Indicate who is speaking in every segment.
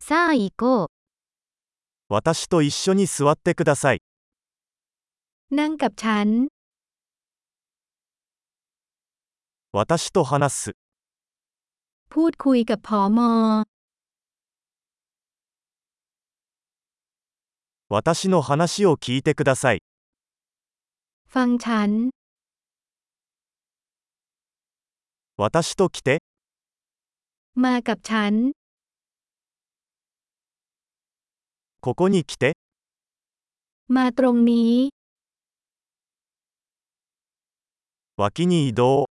Speaker 1: さあ行こう。
Speaker 2: 私と一緒に座ってください。
Speaker 1: นั่งกับฉัน
Speaker 2: 私と話す。
Speaker 1: พูดคุยกับผอมอ
Speaker 2: 私の話を聞いてください。
Speaker 1: ฟังฉัน
Speaker 2: 私と来て、
Speaker 1: มากับฉัน
Speaker 2: ここに来て、
Speaker 1: มาตรงนี้
Speaker 2: 脇に移動、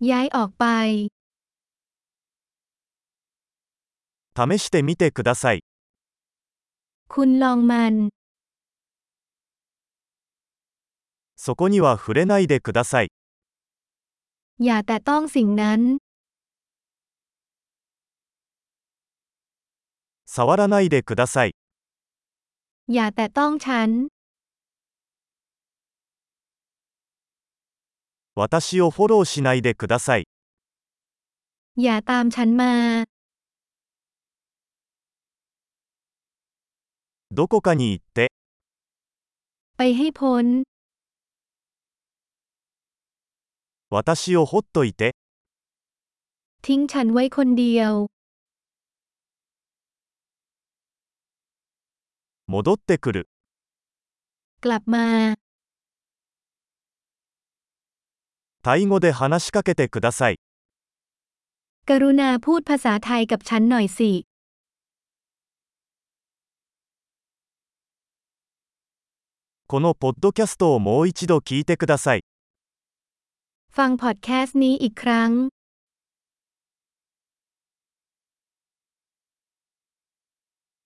Speaker 1: ย้ายออกไป
Speaker 2: 試してみてください。
Speaker 1: คุณลองมัน
Speaker 2: そこには触れないでください。
Speaker 1: อย่าแต่ต้องสิ่งนั้น
Speaker 2: 触らないでください。
Speaker 1: อย่าแต่ต้องฉัน
Speaker 2: 私をフォローしないでください。
Speaker 1: อย่าตามฉันมา
Speaker 2: どこかに行って、
Speaker 1: ไปให้พ้น
Speaker 2: 私をほっといて、
Speaker 1: ทิ้งฉันไว้คนเดียว
Speaker 2: 戻ってくる。
Speaker 1: กลับมา
Speaker 2: タイ語で話しかけてください。
Speaker 1: กรุณาพูดภาษาไทยกับฉันหน่อยสิ
Speaker 2: このポッドキャストをもう一度聞いてください。
Speaker 1: ฟังพอดแคสต์นี้อีกครั้ง